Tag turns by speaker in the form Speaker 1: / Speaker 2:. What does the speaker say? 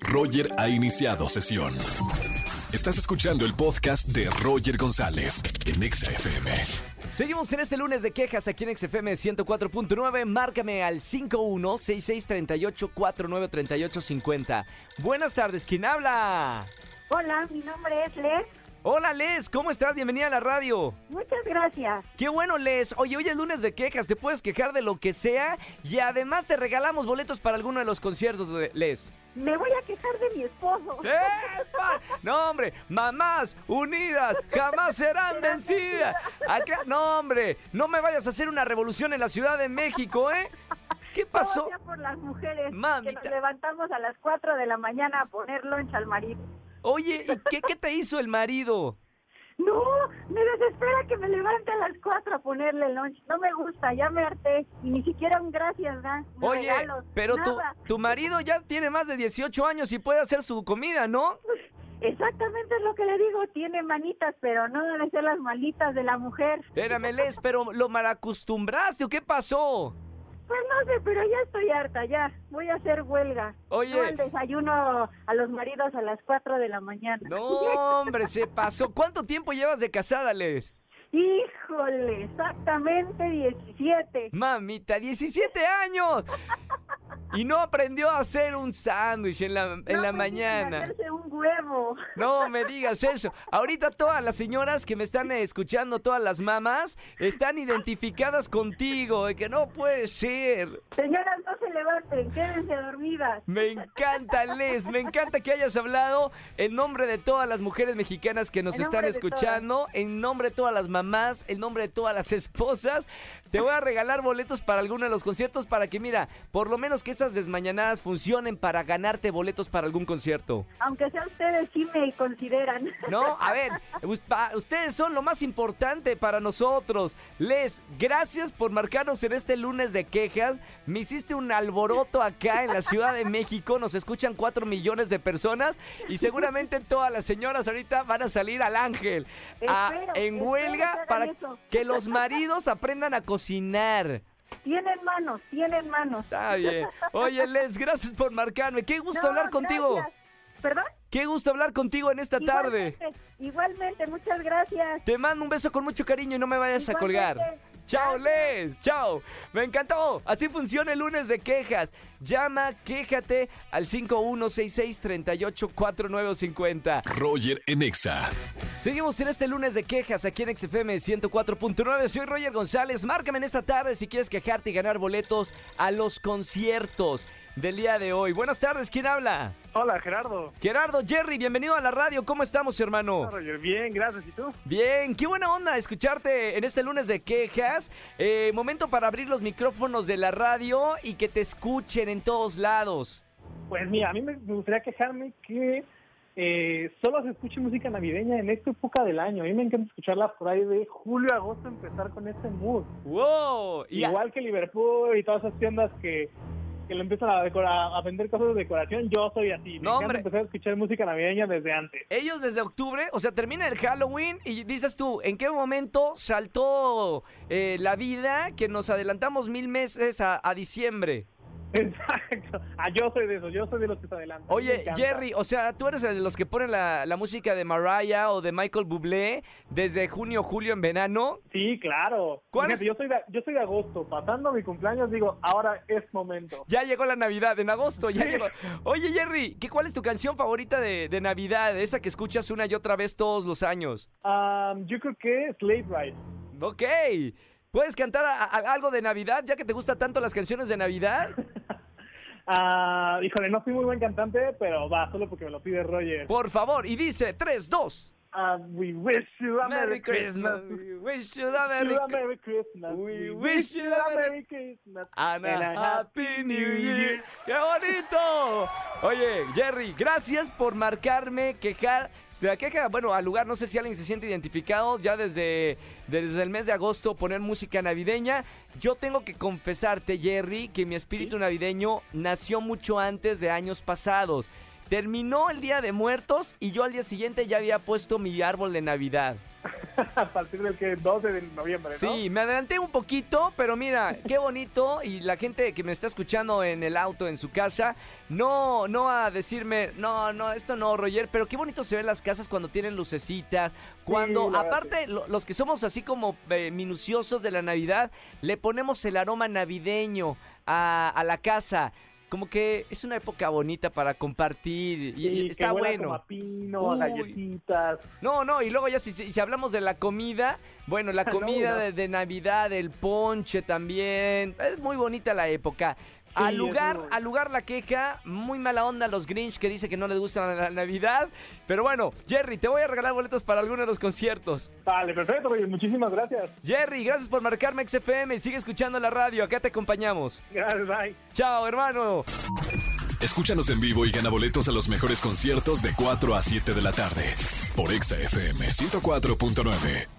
Speaker 1: Roger ha iniciado sesión. Estás escuchando el podcast de Roger González en Exa FM.
Speaker 2: Seguimos en este lunes de quejas aquí en XFM 104.9. Márcame al 516638493850. Buenas tardes, ¿quién habla?
Speaker 3: Hola, mi nombre es Les.
Speaker 2: Hola, Les, ¿cómo estás? Bienvenida a la radio.
Speaker 3: Muchas gracias.
Speaker 2: Qué bueno, Les. Oye, hoy es lunes de quejas, te puedes quejar de lo que sea y además te regalamos boletos para alguno de los conciertos, de Les.
Speaker 3: Me voy a quejar de mi esposo.
Speaker 2: ¡Epa! No, hombre, mamás unidas jamás serán vencidas. Acá- no, hombre, no me vayas a hacer una revolución en la Ciudad de México, ¿eh? ¿Qué
Speaker 3: Todo
Speaker 2: pasó?
Speaker 3: sea por las mujeres
Speaker 2: Mamita.
Speaker 3: que nos levantamos a las 4 de la mañana a poner loncha al marido.
Speaker 2: Oye, ¿y qué, qué te hizo el marido?
Speaker 3: No, me desespera que me levante a las 4 a ponerle lunch. No me gusta, ya me harté. Y ni siquiera un gracias, da. un
Speaker 2: Oye,
Speaker 3: regalo,
Speaker 2: pero tu,
Speaker 3: nada.
Speaker 2: tu marido ya tiene más de 18 años y puede hacer su comida, ¿no?
Speaker 3: Exactamente es lo que le digo. Tiene manitas, pero no deben ser las malitas de la mujer.
Speaker 2: Espérame, Les, pero lo malacostumbraste o qué pasó?
Speaker 3: Pues no sé, pero ya estoy harta, ya. Voy a hacer huelga.
Speaker 2: Oye.
Speaker 3: No al desayuno a los maridos a las 4 de la mañana.
Speaker 2: No, hombre, se pasó. ¿Cuánto tiempo llevas de casada, Les?
Speaker 3: Híjole, exactamente 17.
Speaker 2: Mamita, 17 años. Y no aprendió a hacer un sándwich en la, en
Speaker 3: No
Speaker 2: la
Speaker 3: me
Speaker 2: mañana.
Speaker 3: dejen hacerse un huevo.
Speaker 2: No me digas eso. Ahorita todas las señoras que me están eh, escuchando, todas las mamás, están identificadas contigo. De que no puede ser.
Speaker 3: Señoras, no se levanten, quédense dormidas.
Speaker 2: Me encanta, Les. Me encanta que hayas hablado en nombre de todas las mujeres mexicanas que nos
Speaker 3: En
Speaker 2: están
Speaker 3: nombre de
Speaker 2: escuchando, en nombre de todas las mamás, en nombre de todas las esposas. Te voy a regalar boletos para alguno de los conciertos para que, mira, por lo menos que estas desmañanadas funcionen para ganarte boletos para algún concierto.
Speaker 3: Aunque sea ustedes, sí me consideran.
Speaker 2: No, a ver, us- pa- ustedes son lo más importante para nosotros. Les, gracias por marcarnos en este lunes de quejas. Me hiciste un alboroto acá en la Ciudad de México. Nos escuchan 4 millones de personas y seguramente todas las señoras ahorita van a salir al ángel a- en
Speaker 3: Espero, espero que
Speaker 2: huelga
Speaker 3: hagan
Speaker 2: para
Speaker 3: eso.
Speaker 2: que los maridos aprendan a cocinar.
Speaker 3: Tienen manos, tienen manos.
Speaker 2: Está bien. Oye, Les, gracias por marcarme. Qué gusto
Speaker 3: No,
Speaker 2: hablar contigo.
Speaker 3: gracias. ¿Perdón?
Speaker 2: Qué gusto hablar contigo en esta tarde.
Speaker 3: Igualmente, igualmente, muchas gracias.
Speaker 2: Te mando un beso con mucho cariño y no me vayas a
Speaker 3: Igualmente.
Speaker 2: colgar. Chao, Les. Chao. Me encantó. Así funciona el lunes de quejas. Llama, quéjate al 5166-384950.
Speaker 1: Roger en Exa.
Speaker 2: Seguimos en este lunes de quejas aquí en XFM 104.9. Soy Roger González. Márcame en esta tarde si quieres quejarte y ganar boletos a los conciertos del día de hoy. Buenas tardes. ¿Quién habla?
Speaker 4: Hola Gerardo.
Speaker 2: Gerardo, Jerry, bienvenido a la radio. ¿Cómo estamos, hermano?
Speaker 4: Hola, Roger, bien, gracias. ¿Y tú?
Speaker 2: Bien, qué buena onda escucharte en este lunes de quejas. Eh, momento para abrir los micrófonos de la radio y que te escuchen en todos lados.
Speaker 4: Pues mira, a mí me me gustaría quejarme que eh, solo se escuche música navideña en esta época del año. A mí me encanta escucharla por ahí de julio a agosto, empezar con este mood.
Speaker 2: ¡Wow! Y a-
Speaker 4: Igual que Liverpool y todas esas tiendas que, que lo empiezan a, decorar, a vender cosas de decoración, yo soy así. Me
Speaker 2: No,
Speaker 4: encanta
Speaker 2: hombre.
Speaker 4: empezar a escuchar música navideña desde antes.
Speaker 2: ellos desde octubre, o sea, termina el Halloween y dices tú, ¿en qué momento saltó eh, la vida que nos adelantamos mil meses a, a diciembre?
Speaker 4: Exacto. Ah, yo soy de eso, yo soy de los que se adelantan. Me
Speaker 2: Oye,
Speaker 4: encanta.
Speaker 2: Jerry, o sea, tú eres el de los que ponen la, la música de Mariah o de Michael Bublé desde junio, julio en verano.
Speaker 4: Sí, claro.
Speaker 2: ¿Cuál
Speaker 4: Fíjate,
Speaker 2: es-
Speaker 4: yo, soy de, yo soy de agosto. Pasando mi cumpleaños, digo, ahora es momento.
Speaker 2: Ya llegó la Navidad, en agosto ya
Speaker 4: Sí.
Speaker 2: llegó. Oye, Jerry, ¿qué, ¿cuál es tu canción favorita de, de Navidad? Esa que escuchas una y otra vez todos los años.
Speaker 4: Um, yo creo que Slave Ride.
Speaker 2: Ok. ¿Puedes cantar a- a- algo de Navidad, ya que te gustan tanto las canciones de Navidad?
Speaker 4: Ah, híjole, no soy muy buen cantante, pero va, solo porque me lo pide Roger.
Speaker 2: Por favor, y dice 3, 2.
Speaker 4: Ah, we wish you a
Speaker 2: Merry Christmas. We wish you a Merry
Speaker 4: You a
Speaker 2: Christmas.
Speaker 4: Merry Christmas.
Speaker 2: We wish you a Merry
Speaker 4: Christmas.
Speaker 2: And a
Speaker 4: And a
Speaker 2: Happy New Year. ¡Qué bonito! Oye, Jerry, gracias por marcarme, quejar. La queja, bueno, al lugar, no sé si alguien se siente identificado ya desde, desde el mes de agosto, poner música navideña. Yo tengo que confesarte, Jerry, que mi espíritu navideño nació mucho antes de años pasados. Terminó el Día de Muertos y yo al día siguiente ya había puesto mi árbol de Navidad.
Speaker 4: a partir del que 12 de noviembre, ¿no?
Speaker 2: Sí, me adelanté un poquito, pero mira, qué bonito. Y la gente que me está escuchando en el auto, en su casa, no, no a decirme, no, no, esto no, Roger, pero qué bonito se ven las casas cuando tienen lucecitas. Cuando,
Speaker 4: la verdad,
Speaker 2: aparte, lo- los que somos así como eh, minuciosos de la Navidad, le ponemos el aroma navideño a, a la casa. Como que es una época bonita para compartir y, y
Speaker 4: Sí, que
Speaker 2: está
Speaker 4: huela
Speaker 2: bueno.
Speaker 4: Como a pino, a
Speaker 2: Uy.
Speaker 4: galletitas.
Speaker 2: No, no, y luego ya si, si- si hablamos de la comida, bueno, la
Speaker 4: No,
Speaker 2: comida
Speaker 4: no.
Speaker 2: De, de Navidad, el ponche también, es muy bonita la época. Al
Speaker 4: es
Speaker 2: lugar,
Speaker 4: muy bonito.
Speaker 2: al lugar la queja, muy mala onda los Grinch que dice que no les gusta la, la Navidad. Pero bueno, Jerry, te voy a regalar boletos para alguno de los conciertos.
Speaker 4: Vale, perfecto, Roger. Muchísimas gracias.
Speaker 2: Jerry, gracias por marcarme XFM, sigue escuchando la radio, acá te acompañamos.
Speaker 4: Gracias, bye.
Speaker 2: Chao, hermano.
Speaker 1: Escúchanos en vivo y gana boletos a los mejores conciertos de 4 a 7 de la tarde por Exa FM 104.9.